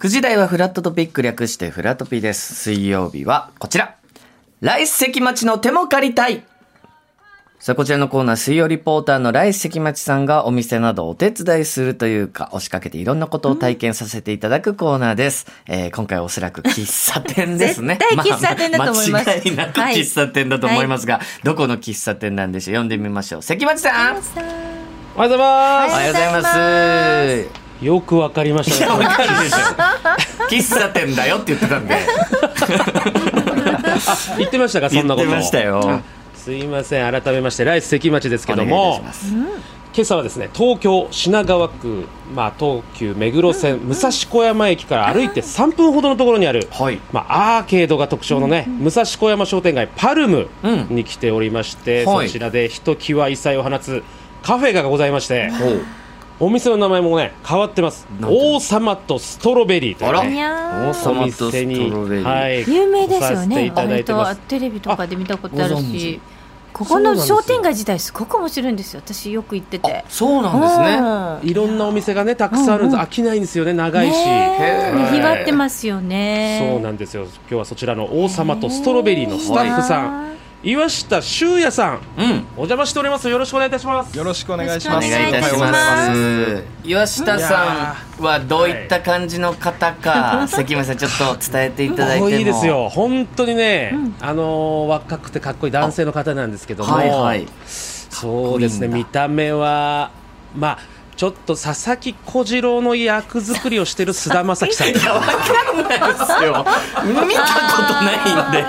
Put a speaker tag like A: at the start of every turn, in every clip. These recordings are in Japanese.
A: 9時台はフラットトピック略してフラトピです。水曜日はこちら。来石町の手も借りたいさあ、こちらのコーナー、水曜リポーターの来石町さんがお店などお手伝いするというか、押しかけていろんなことを体験させていただくコーナーです。えー今回はおそらく喫茶店ですね。
B: 絶対喫茶店だと思います
A: あ間違いなく
B: はい
A: 喫茶店だと思いますが、どこの喫茶店なんでしょう読んでみましょう。関町さん
C: おはようござい
A: お
C: ま
A: はようございます。
C: す。よくわかりましたね。
A: わかるでしょ喫茶店だよって言ってたんで。
C: 言ってましたか、そ
A: 言
C: んな
A: っ
C: こ
A: て
C: と。
A: ましたよ。
C: すいません、改めまして、ライス関町ですけど
A: お願いい
C: も
A: たし、ます
C: 今朝はですね、東京品川区、まあ東急目黒線、武蔵小山駅から歩いて3分ほどのところにある。
A: はい。
C: まあ、アーケードが特徴のね、武蔵小山商店街パルム
A: うん
C: に来ておりまして、
A: はい
C: そちらでひときわ異彩を放つカフェがございまして、
A: ほう。
C: お店の名前もね変わってます
A: なんて
C: 王様とストロベリーという、ね、
A: あら
B: にゃ
A: 王
B: ー
A: 様とストロベリー。
C: はい、
B: 有名ですよ
C: 来させて
B: ね
C: いただいてま
B: 割
C: す
B: とテレビとかで見たことある
A: あご存
B: し
A: 知
B: ここの商店街自体すごく面白いんですよ私よく行ってて
A: そうなんですね。
B: うん
C: いろんなお店がねたくさんあるんです、飽きないんですよね長いし、
B: ね
A: へー
B: えにぎわってますよね
C: そうなんですよ今日はそちらの王様とストロベリーのスタッフさん、
B: ん
C: 岩下修也さん
A: うん。
C: お邪魔しておりますよろしくお願いいたします
D: よろしくお願いし
A: お
D: ま
A: 願
D: す。
A: いいたし
D: おはようござ
A: ま。
D: います
A: 岩下さんはどういった感じの方 か、関町さんちょっと伝えていただいて
C: かっ
A: も。
C: こいいです。よ本当にね、
B: うん
C: あのー若くてかっこいい男性の方なんですけども、
A: はいはい。
C: そうです
A: か
C: ね
A: っこいいん
C: 見
A: だ
C: た目はまあちょっと佐々木小次郎の役作りをしてる菅田将暉さん
A: ですよ。見たことないんで。
C: ち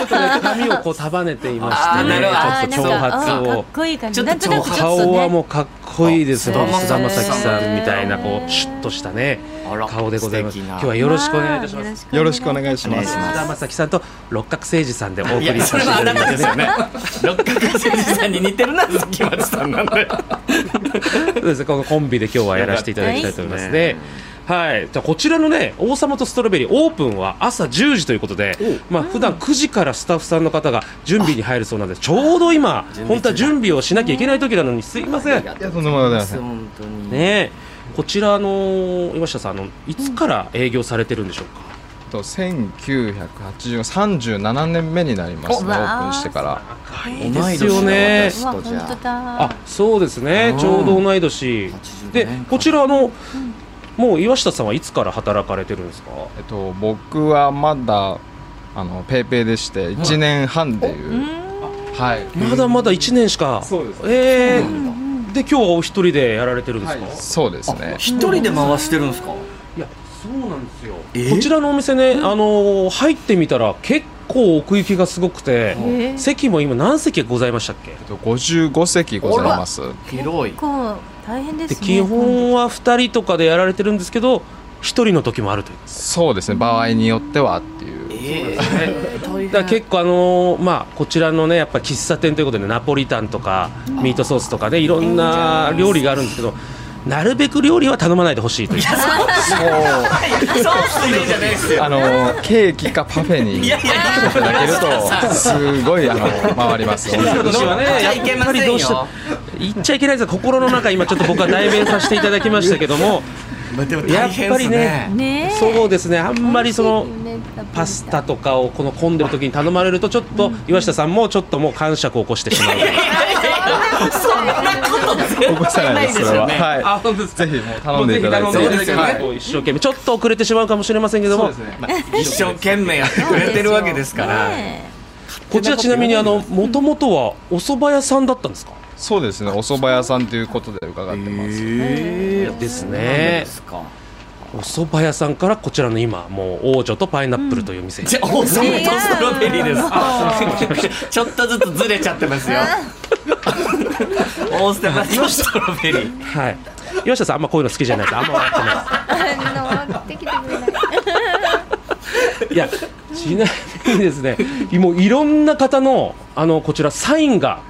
C: ょっとね、髪をこう束ねていまし
A: あー
C: てね、
A: な
C: ち
A: るほど
C: ょっと長髪
B: かっ
C: を。
B: こいい感
A: ちょ
B: じ
A: っと
B: なんとなくちょっとね
C: 顔はもうかっこいいですね
A: あ。菅
C: 菅
A: 田
C: 田
A: 将暉
C: 将暉
A: さ
C: さ
B: ん
C: んみたいなこうシュッとしたね
A: あら
C: 顔でございます。
A: 素敵な
C: 今日はよろしくお願いいたしま
B: は
C: す。
B: い
D: よろしくお願いし
A: お願
D: ま
A: いし
D: す。
A: ま
C: 菅田将暉さんと六角誠児さんでお送
A: いや
C: り
A: そ
C: さ
A: れ
C: せてい
A: はあ
C: ただ
A: ない
C: て
A: た
C: ま
A: ですよね。六角誠治さんに似てるな、関町さんなんで。
C: そうですねこのコンビで今日はやらせていただきたいと思いますね。はい、じゃあこちらのね「王様とストロベリー」オープンは朝10時ということで、まあ普段9時からスタッフさんの方が準備に入るそうなんですちょうど今
A: 準備中だ
C: 本当は準備をしなきゃいけない時なのにすいません
D: いや、とんでもございません。
A: 本当に。
C: ねえこちらあの岩下さんあのいつから営業されてるんでしょうか、
D: と、1937年目になりますね、
B: お
D: オープンしてから。
C: いいですよね
B: うわ本当だ
C: あそうですね
A: うん
C: ちょうど同い年でこちらあのもう岩下さんはいつから働かれてるんですか
D: えっと、僕はまだ、あの、ペイペイでして、1年半っていう。はい。
C: まだまだ1年しか
D: そうです
C: ええ
A: そうなんだ
C: で今日はお一人でやられてるんですか、
D: そうですね。
A: 一人で回してるんですか。
C: いやそうなんですよ
A: え
C: こちらのお店ね、あのー入ってみたら結構奥行きがすごくて
B: へえ
C: 席も今何席ございましたっけ
D: えっと、55席ございます。
A: 広い。
B: こう大変で
C: です
B: ね
C: 基本は2人とかでやられてるんですけど一人の時もあるという
D: そうですね、場合によってはっていう。
A: ええ
C: だから結構あのーまあこちらのねやっぱ喫茶店ということでナポリタンとかミートソースとかねいろんな料理があるんですけどなるべく料理は頼まないでほしいという
D: そう。
A: ソース入れじゃないですよ。
D: あの、ケーキかパフェに。
A: い
D: い
A: やいやいや。
D: ただけると、すご い、あの、回ります。
C: 私はね
A: やっぱりどうしても
C: 言っちゃいけないですが心の中今ちょっと僕は代弁させていただきましたけどもやっぱりね
B: ねえ
C: そうですねあんまりその
B: 美味しいよねナポリタン
C: パスタとかをこの混んでる時に頼まれるとちょっと岩下さんもちょっともう感触を起こしてしまう
A: そんなこと
D: 起こさないです、それは。
A: ね。
D: はい。
C: 本当です
D: ぜひもう頼んでいただいて。
A: ぜひ頼んでいただいて
D: はい
C: 一生懸命ちょっと遅れてしまうかもしれませんけども、
A: 一生懸命やってくれてるわけですから。
B: ね
C: こちらちなみにあの元々はお蕎麦屋さんだったんですか
D: そうですね、お蕎麦屋さんということで伺ってます。
A: え
C: ですね
A: ですか。
C: お蕎麦屋さんからこちらの今もう王女とパイナップルという店に、
A: じゃあ王様とストロベリーです。ちょっとずつずれちゃってますよ。王様とストロベリー。
C: はい岩下さんあんまこういうの好きじゃないですあんま笑ってないです
B: あのってきてくれない
C: いやちなみにですねもういろんな方のあのこちらサインが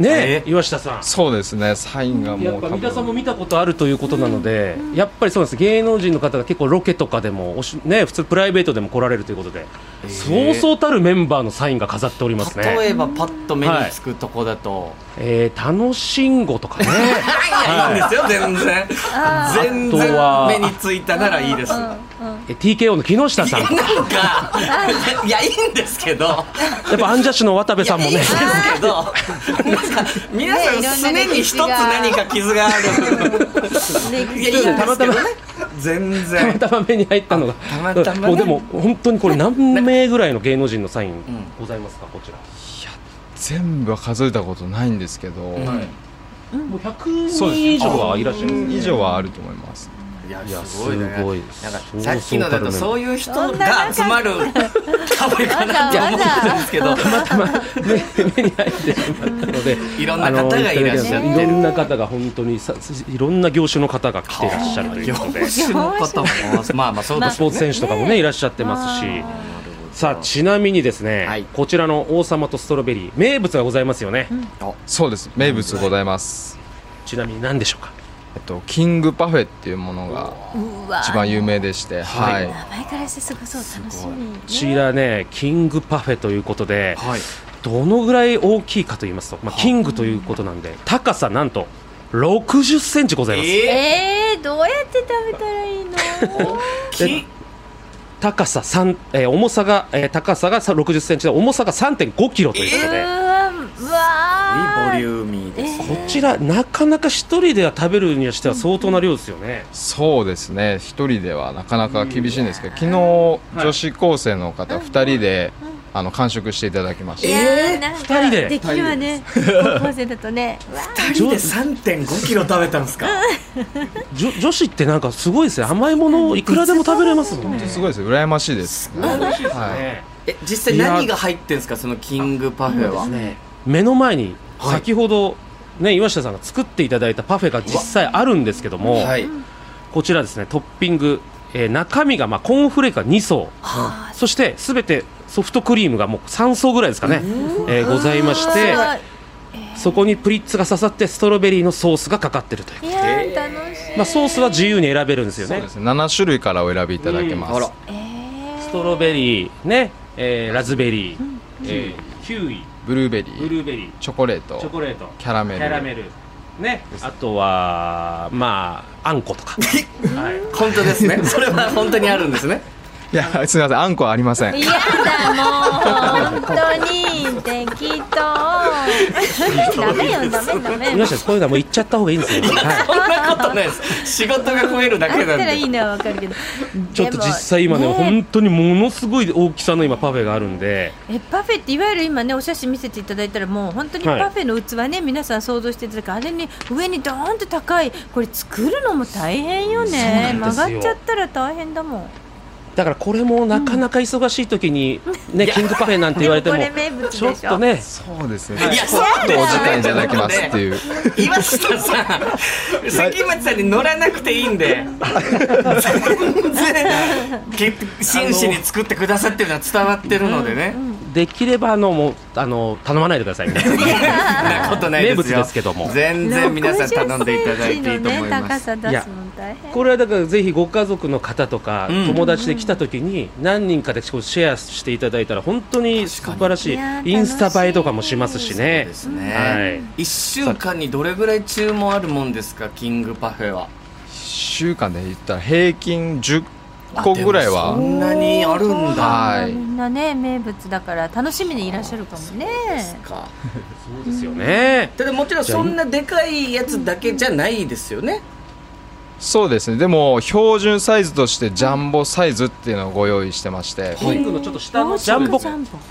C: ね、岩下さん。
D: そうですねサインが
C: や
D: も
C: っ
D: う
C: ぱ
D: 多
C: 三田さんも
D: 分
C: 見たことあるということなので、やっぱりそうなんです芸能人の方が結構ロケとかでもおし、ね、普通プライベートでも来られるということで、そうそうたるメンバーのサインが飾っておりますね。
A: 例えばパッと目につくとこだと、
C: えー、楽しんごとかね。
A: い、やいいんですよ全然
B: あ
A: 全
C: あとは
A: 然目についたならいいですなん
C: え TKO の木 下さんとか、
A: かいやいいんですけど
C: やっぱアンジャッシュの渡部さんも
A: いいんで
C: ね
A: す。けどなんか皆さん
B: ね
A: すねに一つ何か傷がある
B: ーね
A: いやいいんですけどね
C: たまたま
A: 全
C: たま
A: 然
C: たま目に入ったのが、
A: たまたまね
C: もうでも本当にこれ何名ぐらいの芸能人のサインございますかこちら。
D: 全部は数えたことないんですけど、
C: もう100人以上はいらっしゃいますね。
D: 以上はあると思います
A: いや
C: いや
A: すごいね
C: すごい
A: なんか
C: そう
A: さっきのだと
C: そ
A: そうういう人が集まる壁かなって思ってたんですけど
C: 目目に入ってしまったので
A: いろんな方がいらっしゃっ
C: あのい
A: て
C: ろ
A: る
C: んな方が本当にさいろんな業種の方が来ていらっしゃるということで
A: 業種のこともまあまあそうだ
C: スポーツ選手とかもねいらっしゃってますしさあちなみにですね、
A: はい
C: こちらの王様とストロベリー名物がございますよね、
D: そうです名物ございます、
C: ちなみに何でしょうか
D: えっと、キングパフェっていうものが
B: うわ
D: 一番有名でして、はい
B: 名前からしてすごそう楽し
C: こ
B: み
C: ちらねキングパフェということで、
A: はい
C: どのぐらい大きいかと言いますと、まあ、キングということなんで高さなんと60センチございます、
A: え
B: えー、どうやって食べたらいいの
A: ー、き
C: 高さ三、えー重さが、えー高さが60センチで重さが3.5キロということ
B: う
C: で、
B: わうわ
A: ボリ
B: ー
A: ューミーです
B: えー
C: こちらなかなか一人では食べるにはしては相当な量ですよね。
D: そうですね一人ではなかなか厳しいんですけど昨日女子高生の方2人で、あの完食していただきまし
B: い
D: た
B: やーなん
C: 二
B: か
C: 人で
B: できるわね高校生だとねうわ
A: 二人で3.5キロ食べたんですか
C: じょ女子ってなんかすごいですね甘いものをいくらでも食べれますもんね。
D: すごいです羨ましいです、は
C: ね
A: え実際何が入ってんですかそのキングパフェは、
C: 目の前に先ほど、ね岩下さんが作っていただいたパフェが実際あるんですけども、
A: はい
C: こちらですねトッピング、えー中身がまあコーンフレークが2層そしてすべてソフトクリームがもう3層ぐらいですかね、えーございまして。そこにプリッツが刺さってストロベリーのソースがかかってるという、
B: いやー楽しい
C: まあ、ソースは自由に選べるんですよ
D: い、そう
C: ね
D: ですね7種類からお選びいただけます、
A: あら
B: えー
C: ストロベリーね、えーラズベリー、えーキウイ
D: ブルーベリ
C: ブ
D: ー
C: ルーベリー
D: チョコレート
C: チョコレート
D: キャラメル
C: キャラメルねあとはまああんこと か、はい、
A: 本当ですね それは本当にあるんですね
D: いやすみませんあんこはありません
B: いやだもう本当に適当ダメよダメダメ
C: 岩下さんこういうのはもう言っちゃった方がいいんです よ、はい
A: そんなことないです仕事が増えるだ
B: あっ
A: けな
B: た
A: ん
B: らい
A: で
B: いのはわかるけど
C: ちょっと実際今ね
B: でも
C: 本当にものすごい大きさの今パフェがあるんで
B: えパフェっていわゆる今ねお写真見せていただいたらもう本当に
C: はい
B: パフェの器ね、皆さん想像していただくあれに上にドーンと高いこれ作るのも大変よね
C: そうなんですよ
B: 曲がっちゃったら大変だもん
C: だからこれもなかなか忙しい時に、ねキングパフェなんて言われても
B: でもこれ名物でし
C: ち
B: ょ
C: ょっとね
D: そうですね
A: いや
D: ちょっとお時間いただきますっていう
A: 岩下さん 関町さんに乗らなくていいんで全然け真摯に作ってくださってるのは伝わってるのでね
C: できればあのもうあの頼まないでくださいね
A: そんなことないですよ
C: 名物ですけども
A: 全然皆さん頼んでいただいていいと思
B: 60センチの
A: い
B: ね
A: ま
B: 高
A: す
B: さ出すの大変
C: これはだからぜひご家族の方とか、
A: うん
C: 友達で来た時に何人かでこうシェアしていただいたら本当に素晴らしい
B: いやー
C: インスタ映えとかもしますしね
A: ですね1週間にどれぐらい注文あるもんですかキングパフェは
D: 1週間で言ったら平均10個ぐら
A: あ
D: い
A: でもそ
D: は
A: んなにあるんだ
D: はい
B: みんなね名物だから楽しみにいらっしゃるかもね
A: か
C: そうですよね
A: ただもちろんそんなでかいやつだけじゃないですよね
D: そうですねでも標準サイズとしてジャンボサイズっていうのをご用意してまして、
C: ピンクのちょっと下のジャンボ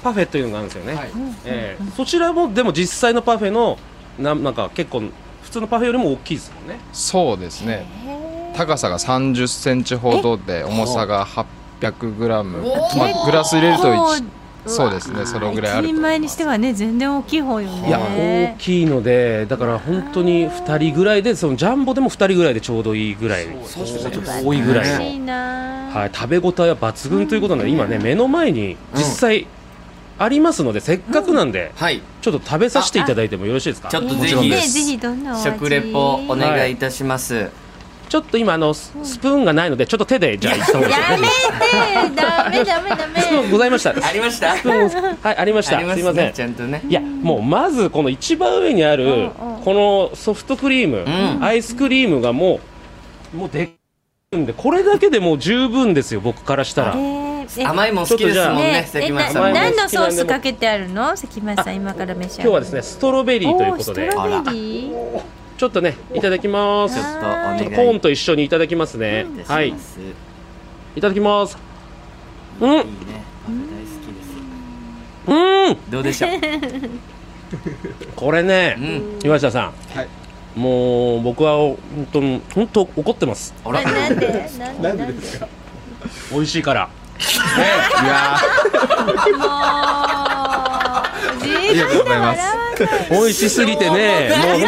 C: パフェというのがあるんですよね、
A: はい
C: ええそちらもでも実際のパフェのななんか結構普通のパフェよりも大きいですもんね
D: そうですね高さが3 0ンチほどで重さが8 0 0ムまあ、グラス入れると一そうですねそのぐらいあ
B: 一
D: ると
B: 人
D: 思
B: 前
D: い
B: に
D: ま
B: し
D: す
B: てはね全然大きい方よね
C: いや大きいのでだから本当に2人ぐらいでそのジャンボでも2人ぐらいでちょうどいいぐらい多いぐら
B: 嬉し
C: い
B: い
C: の、
B: なあ
C: はい、食べ応えは抜群ということなので今ね目の前に実際ありますのでせっかくなんで、
A: はい。
C: ちょっと食べさせていただいてもよろしいですか
A: ちょっと
B: えー
A: ぜひ
B: ねぜひどんなお味
A: 食レポお願いいたします。
C: ちょっと今あのススプーンがないのでちょっと手でじゃあいった方がいいです
B: や
C: か
B: めてダメダメダ メ
C: スプーンございましたス
A: ありました。
C: プーンはいありました
A: ありますす
C: いませ
A: ね
C: ん。
A: ちゃんとね。
C: いやもうまずこの一番上にある
B: うんうん
C: このソフトクリーム、
A: ん
C: アイスクリームがもうもうでっかいんでこれだけでもう十分ですよ僕からしたら
B: えーえ
A: 甘いもん好きですもんね、
B: え
A: 関
B: な
A: 町さんも。
C: ね
B: 何のソースかけてあるの関町さん今から召し
C: 今日
B: 上が
C: は
B: る
C: ですねストロベリーということで
B: おーストロベリー
C: ちょっとねいただきます
A: ちょっとお願
C: ちょっ
A: い
C: とコーンと一緒にいただきますね、
A: いたします。
C: はい
A: いい
C: い
A: ね。
C: ただきますうんうん
A: パフェ大好きです。どうでしょ う。
C: これ
A: う
C: ね
A: ん。
C: 岩下さん、
D: はい
C: もう僕は本当に本当怒ってます
A: あら。
B: なんでなんでなんで
C: 美味しいから
D: いや
B: もう
D: ありがとうございます
C: 美味しすぎてねもうい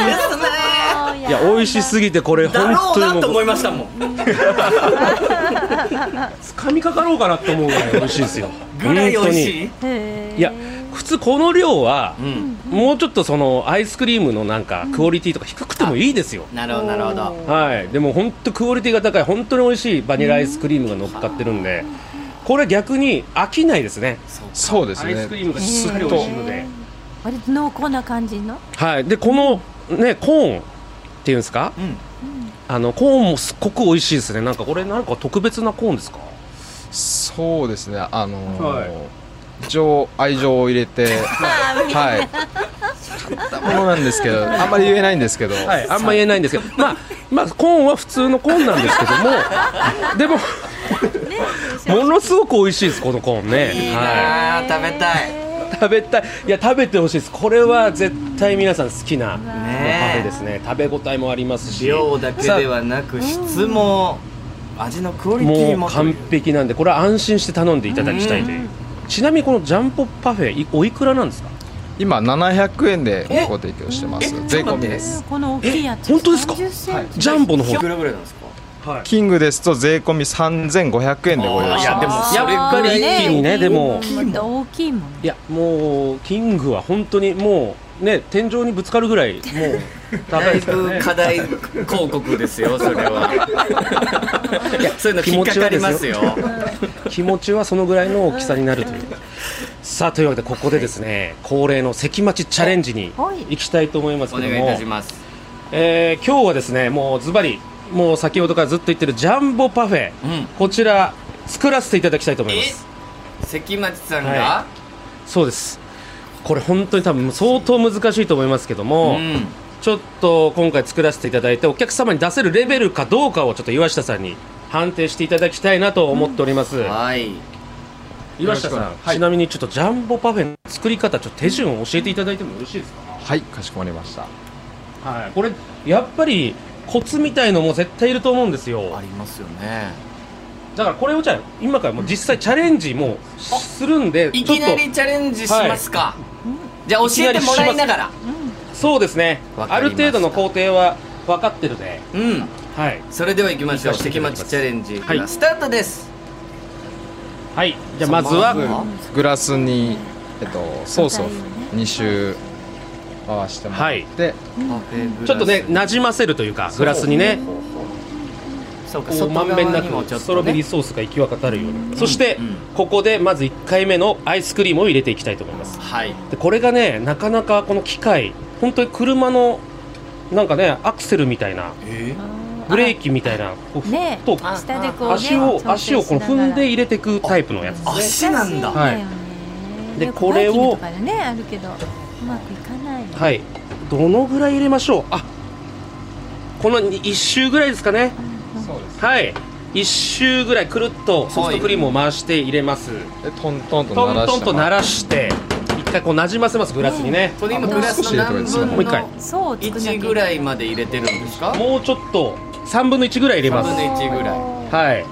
C: や美味しすぎてこれ
A: だ
C: 本
A: ろう
C: 当
A: なと
C: にもう
A: 思いましたもん。
C: 掴みかかろうかなと思うぐらい美味しいですよ
A: ぐらい美味しい。
C: 本
B: ぎて
C: 当にいや普通この量は
A: う、ん。
C: もうちょっとそのアイスクリームのなんかクオリティとか低くてもいいですよ、
A: なるほどなるほど。
C: はいでも本当クオリティが高い本当に美味しいバニラアイスクリームが乗っかってるんでこれ逆に飽きないですね
D: そうですね
C: ームが
B: しっかり美味しいのであれ濃厚な感じの
C: はいでこのねコーンっていうんですか
A: うん。
C: あのコーンもすっごく美味しいですねなんかこれなんか特別なコーンですか
D: そうですねあのー
C: はい
D: 情愛情を入れてはい買ったものなんですけ どあんまり言えないんですけど、
C: はい、あんま言えないんですけど、まあ、まあ、コーンは普通のコーンなんですけ ども。で も、ものすごく美味しいです、このコーン
A: いい
C: ね。は
A: なあ食べたい。
C: い。食べたい、いや、食べてほしいです。これは絶対皆さん好きな。パフェ
A: ね
C: ですね。食べ応えもありますし。
A: 量だけではなく質も味のクオリティ
C: も
A: も
C: う完璧なんで、これは安心して頼んでいただきたいという。ちなみに、このジャンポパフェ、いおいくらなんですか。
D: 今700円でご提供してます税込みです
B: この大きいやつ
C: え本当ですか
B: 30センチ
C: ジャンボの方
A: い。くらぐらいなんですか。
C: はい。
D: キングですと税込み3500円でご用意して
A: あーいや
D: ます
A: でもやっぱり
C: 一気にねでも
B: また大きいもん
C: いやもうキングは本当にもうね天井にぶつかるぐらいもう高
A: だ
C: い
A: い
C: ですからね
A: ぶ課題広告ですよ、それは。 いや、そういうの引っかかりますよ。
C: 気持ちはそのぐらいの大きさにな るという。さあというわけでここでですね、恒例の関町チャレンジに
B: はい
C: 行きたいと思います
A: お
C: けど
A: 願いいた
C: も
A: し、ます。
C: えー今日はですねもうズバリもう先ほどからずっと言ってるジャンボパフェ、
A: うん
C: こちら作らせていただきたいと思います。
A: 関町さんが
C: は。そうです。これ本当に多分相当難しいと思いますけど
A: う
C: も、
A: ん。
C: ちょっと今回作らせていただいてお客様に出せるレベルかどうかをちょっと岩下さんに判定していただきたいなと思っております、
A: はい。
C: 岩下さん、
D: よろしくお願いはい
C: ちなみにちょっとジャンボパフェの作り方ちょっと手順を教えていただいてもよろしいです
D: はいかしこまりました
C: かはいこれやっぱりコツみたいのも絶対いると思うんですよ
A: りますよね。
C: だからこれをじゃあ今からもう実際チャレンジもうするんで
A: いきな
C: ちょ
A: りチャレンジしますか。じゃあ、教えてもらいながら。
C: っとそうですね
A: わか
C: あ
A: りま
C: る
A: した
C: 程度の工程は分かってるで
A: うん。
C: はい
A: それでは行きましょう。
C: 行かせてい
A: 関町
C: ただきます
A: チャレンジ
C: は。い
A: スタートです。
C: はいじゃあまずは
A: まずは
D: グラスに、えっと、ソースを2周回してもらって、
C: ちょっとね馴染ませるというかグラスにね
A: そうか、
C: こうま
A: 外
C: んべん
A: 側
C: な
A: にもちょ
C: く
A: っ
C: ストロ
A: と
C: ベリー
A: ね。
C: ソースが行き渡るようにそして
A: うん
C: ここでまず1回目のアイスクリームを入れていきたいと思います
A: はい。
C: でこれがねなかなかこの機械本当に車のなんかねアクセルみたいなブレーキみたいなこう
B: ね
C: ふっと
A: あ
B: 下でこうね
C: 足を足をこの踏んで入れていくタイプのやつ
A: あ足なんだ
B: はい
C: はで
B: で
C: こ
B: こ
C: れ
B: れ
C: を
B: をねあるけどうまくいかないね
C: はいどのぐらい入れましょうあこの1周ぐらいですかね
D: そうです
C: はい1周ぐらいくるっとソフトクリームを回して入れます、
D: でトントンと
C: ト
D: 鳴ら
C: ン
D: して
C: トンと鳴らして一回こうなじませますグラスにね
A: これ今グラスの何分
C: もう一回
A: の
B: そうを作んなきゃい
A: 1
B: け
A: ぐ
B: ない
A: らいまで入れてるんですか
C: もうちょっと3分の1ぐらい入れま
A: 3分
C: す
A: の1ぐらい
C: はい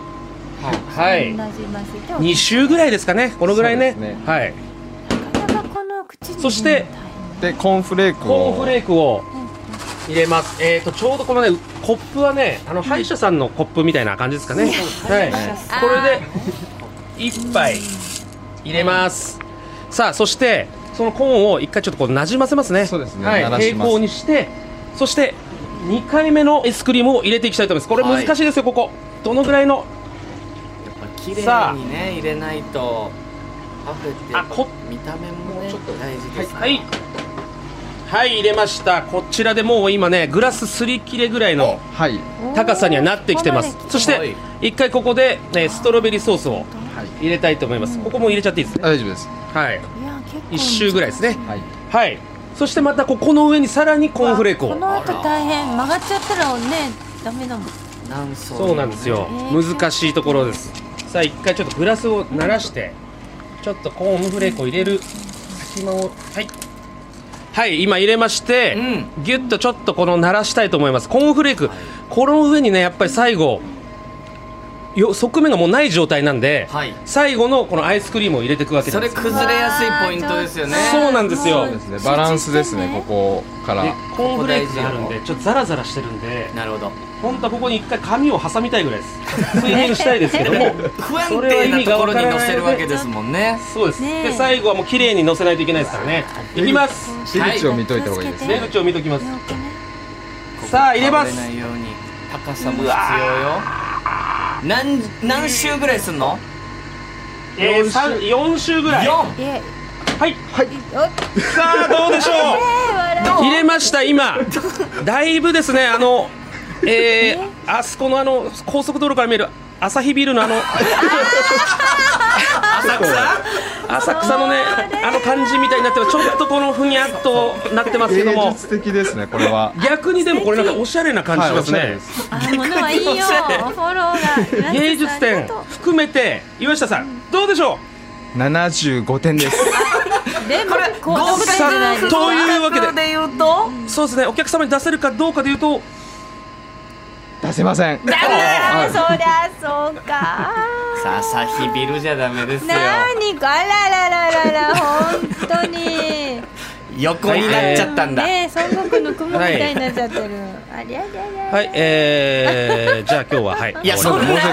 C: はい
B: なじませて
C: 2周ぐらいですかねこのぐらいね
D: そうですね
C: はい
B: なかなかこの口に
C: そして
D: でコーンフレーク
C: コ
D: を
C: ーンフレークを入れますえっ、ー、とちょうどこのねコップはねあの歯医者さんのコップみたいな感じですかね、はいこれで1杯入れますさあそしてそのコーンを一回ちょっとこうなじませますね
D: そうですね
C: はい
D: ならし
C: 平
D: ます
C: 行にしてそして2回目のエスクリームを入れていきたいと思いますこれ難しいですよ、ここどのぐらいの
A: やっぱ綺麗
C: さあ
A: にね入れないとパフェってやっぱ
C: あこ
A: 見た目もね大事ですから
C: はいはい入れましたこちらでもう今ねグラスすり切れぐらいの
D: はい
C: 高さにはなってきてます
B: おー
C: そし
A: は
C: て
A: い
C: 一回ここで、えーストロベリーソースを入れたいと思いますここも入れちゃっていいですね
D: 大丈夫です
C: はい
B: いや結構
C: 一周ぐらいですね
D: はい
C: はいそしてまたここの上にさらにコーンフレーク
B: こ
C: を
B: の後大変曲がっちゃったらねダメだもん
A: 何層
C: そうなんですよ、
B: えー
C: 難しいところですさあ一回ちょっとグラスを鳴らしてちょっとコーンフレークを入れる隙間をはいはい今入れまして、
A: う
C: ギュッとちょっとこの鳴らしたいと思いますコーンフレーク、この上にねやっぱり最後よ側面がもうない状態なんで、
A: はい
C: 最後のこのアイスクリームを入れていくわけな
A: そ
C: んで
A: れ
C: すよ
A: 崩れやすいポイントですよね
C: そうなんですよ
B: も
D: そうですねバランスですねここから
C: でコーンフレークがあるんでちょっとザラザラしてるんで
A: なるほど
C: 本当はここに一回紙を挟みたいぐらい です水平にしたいですけども
A: 不安定なところに乗せるわけですもんね
C: そうです、
B: ねえ
C: で最後はもう綺麗に乗せないといけないですからねいきます
D: 出口を見といた方がいいです
B: は
C: 出
D: ね、
C: 口を見ときます
B: よくね
C: さあ入れます
A: 倒ないように高さも必要よ何何周ぐらいすんの
C: えー三四周ぐらいは
A: 四
B: いえ
C: い
B: おっ
C: さあどうでし ょ
B: え笑
C: う入れました今 だいぶですねあのえー、あそこのあの高速道路から見える朝日ビルのあの
A: 浅草
C: 浅草のねあの感じみたいになってますちょっとこのふにゃっとなってますけど
D: 芸
C: も
D: 術的ですねこれは
C: 逆にでもこれなんかおしゃれな感じします
D: はい
C: ね
D: おしゃれで、
B: うあ物はいいよ フォロー が
C: 芸術
B: あり
C: 点
B: がとう
C: 含めて岩下さんどうでしょう
D: 75点 です
B: でも高
A: 合
B: 得点じゃない
A: 格
C: さあ
B: ですか
C: というわけで
A: で言うと
C: そうですねお客様に出せるかどうかでいうと
D: 出せません
B: あ
D: は
B: ーそりゃそうか
A: 朝日ビルじゃダメですよ
B: なにこあららららら本当に
A: 横になっちゃったんだ
B: ねえ孫悟空の雲みたいになっちゃってる、ありゃりゃりゃ
C: はい えー、じゃあ今日ははい
A: いや
C: 終
A: そ
C: わ
A: ん
C: り
A: な
C: で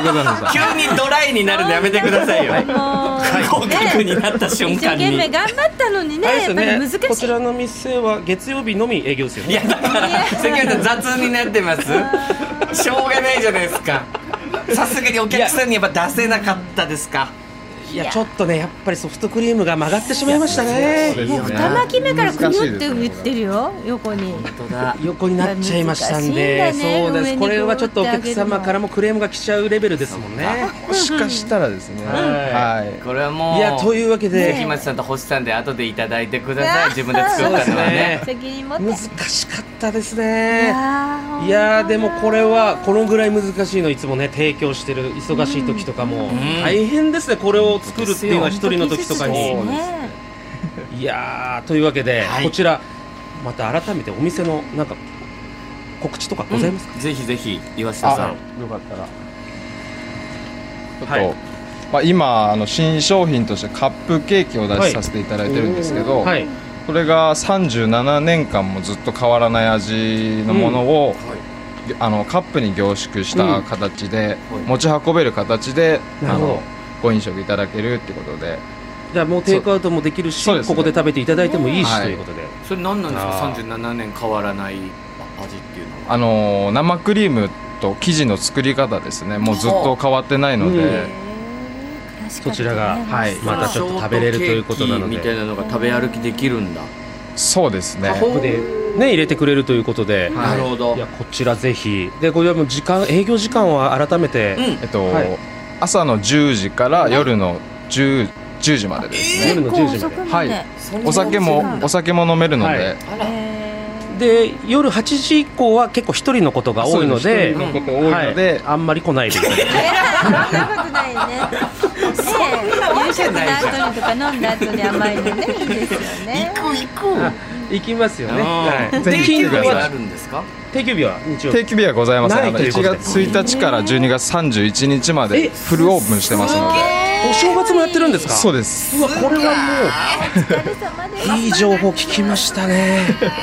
A: 急にドライになるのやめてくださいよ
B: もう、
A: 合格に
B: ね
A: なった瞬
B: 一生
A: 間
B: 懸
A: に
B: 命頑張ったのにね
C: あれで
B: や
C: す
B: っぱり難しい
C: こちらの店は月曜日のみ営業ですよ
A: い
C: ね
A: やだから関谷さん雑になってますしょうがないじゃないですかさすがにお客さんにやっぱ出せなかったですか
C: いやちょっとねやっぱりソフトクリームが曲がってしまいましたね
B: もう二巻き目からくにゅって言ってるよ横に
A: 本当だ
C: 横になっちゃいましたんで
B: 難しいんだ
C: そ
B: ね
C: うで
B: 上
C: す
B: に
C: これはちょっとお
B: こう
C: 客
B: やってあげるの
C: 様からもクレームが来ちゃうレベルですもんね
D: もしかしたらですね、
C: は
D: はい
A: これはもう
C: い
A: い
C: やというわけで、
A: 関町さんと星さんで後でいただいてください自分で作ったのはね
B: 責任持って
C: 難しかったですね
B: あー
C: いやーでもこれはこのぐらい難しいのいつもね提供してる忙しい時とかも大変ですねこれを作るっていうのは一人の時とか
B: 本
C: に
B: 当技術ですね
C: いやーというわけで
A: はい
C: こちらまた改めてお店のなんか告知とかございますか
A: ぜひぜひ岩下さん
D: あよかったらちょっと、
C: はい
D: まあ、今あの新商品としてカップケーキをお出しさせていただいてるんですけど、
C: はい
D: これが37年間もずっと変わらない味のものを、あのカップに凝縮した形で、
A: うん
D: 持ち運べる形で、
C: なる
D: あ
C: ほど
D: のご飲食いただけるってことで
C: じゃあもうテイクアウトもできるし
D: そうです
C: こ
D: ね
C: こで食べていただいてもいいし
D: はい
C: ということで
A: それ何なんですか
C: あー
A: 37年変わらない味っていうのは
D: あの生クリームと生地の作り方ですねもうずっと変わってないの
C: うん
D: で、
B: へー
C: そちらがはい
B: 確かにね
C: またちょっと食べれるということなの
A: ショートケーキみたい
C: で
A: なのが食べ歩きできるんだ
D: そうですね
C: ここでね入れてくれるということで
A: なるほど
C: いやこちらぜひでこれはもう時間営業時間は改めて
A: うん
D: えっと、
C: はい
D: 朝の10時から夜の 10, 10時までですね、
C: 夜の10時まで
B: 結構遅くまで
D: はいお酒もお酒も飲めるので、
C: はい
A: あら
B: へ
C: で夜8時以降は結構一人のことが多いので
D: そういうこと多いの
C: はい
D: で、
C: あんまり来 ないでいただいて
B: ーえらそんなことないねねえ夕食の後にとか飲んだ後に甘いのねいいですよね
C: 行きますよね、はい、
D: ぜ
A: 定
D: ひ来
A: 休
D: てくだ
A: 日
D: さい
A: はあるんですか
C: 定休日は日曜日
D: 定期日はございませんあ
C: な
D: の
C: いというこ
D: 1
C: とで
D: 月1日から12月31日までフルオープンしてますので
C: お正月もやってるんですか
D: そう
C: で
D: です
C: うわこれは
B: お疲れ様です
C: もういい情報聞きました ね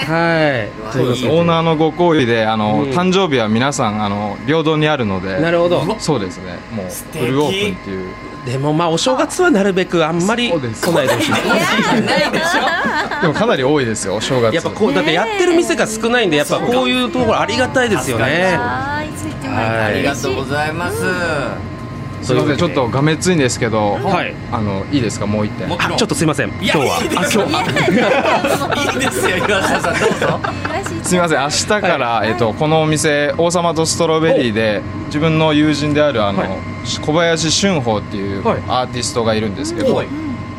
C: はい
D: そうですオ
C: オ
D: ー
C: ーナ
D: ナーのご好意であの、
C: うん
D: 誕生日は皆さんあの平等にあるので
C: ーなるほど
D: そうですねもう
A: 敵
D: フルオープンっていう
C: でもまあお正月はなるべくあんまり来
D: そう
C: ない
D: で
C: ですほしい
D: でもかなり多いですよお正月
C: やっぱこうだってやってる店が少ないんでやっぱこういうところありがたいですよね
B: はーい、ついても
C: は
B: ら
A: あ
B: え
A: り
B: た
A: が
B: ら
A: とうご
B: 嬉しい。
A: ざいます。
D: すいませんちょっとがめついんですけど、
C: はい
D: あのいいですかもう一点
A: も
C: あちょっとすいません今
A: いや
C: 日はあ
A: いいで
C: 今
A: す
C: 日
A: よ
C: は
A: といいですよ、岩下さん、どうぞ。
D: すみません明日から、えっとこのお店王様とストロベリーで自分の友人であるあの、
C: はい
D: 小林俊峰っていう
C: はい
D: アーティストがいるんですけど、
A: はい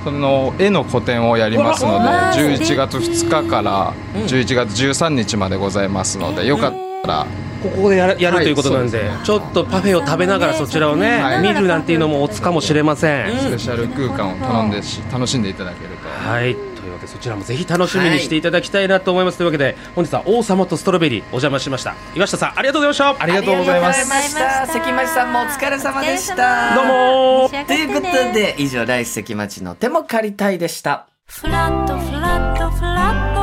D: その絵の個展をやりますの
B: う
D: で
B: わ
D: 11月2日から11月13日までございますので、よかったら
C: ここでやるやる
D: はい
C: ということなんで,、
D: そうですね
C: ちょっとパフェを食べながらそちらをね、
D: はい
C: 見るなんていうのもおつかもしれません、
D: スペシャル空間を頼んでし楽しんでいただけると。
C: はいというわけでそちらもぜひ楽しみにしていただきたいなと思います、というわけで本日は王様とストロベリーお邪魔しました岩下さんありがとうございました
D: ありがとうございます。
A: ありがとうございました関町さんもお疲れ様でした。
C: どうも
A: ということで、以上、来関町の手も借りたいでした。
B: フラットフラットフラット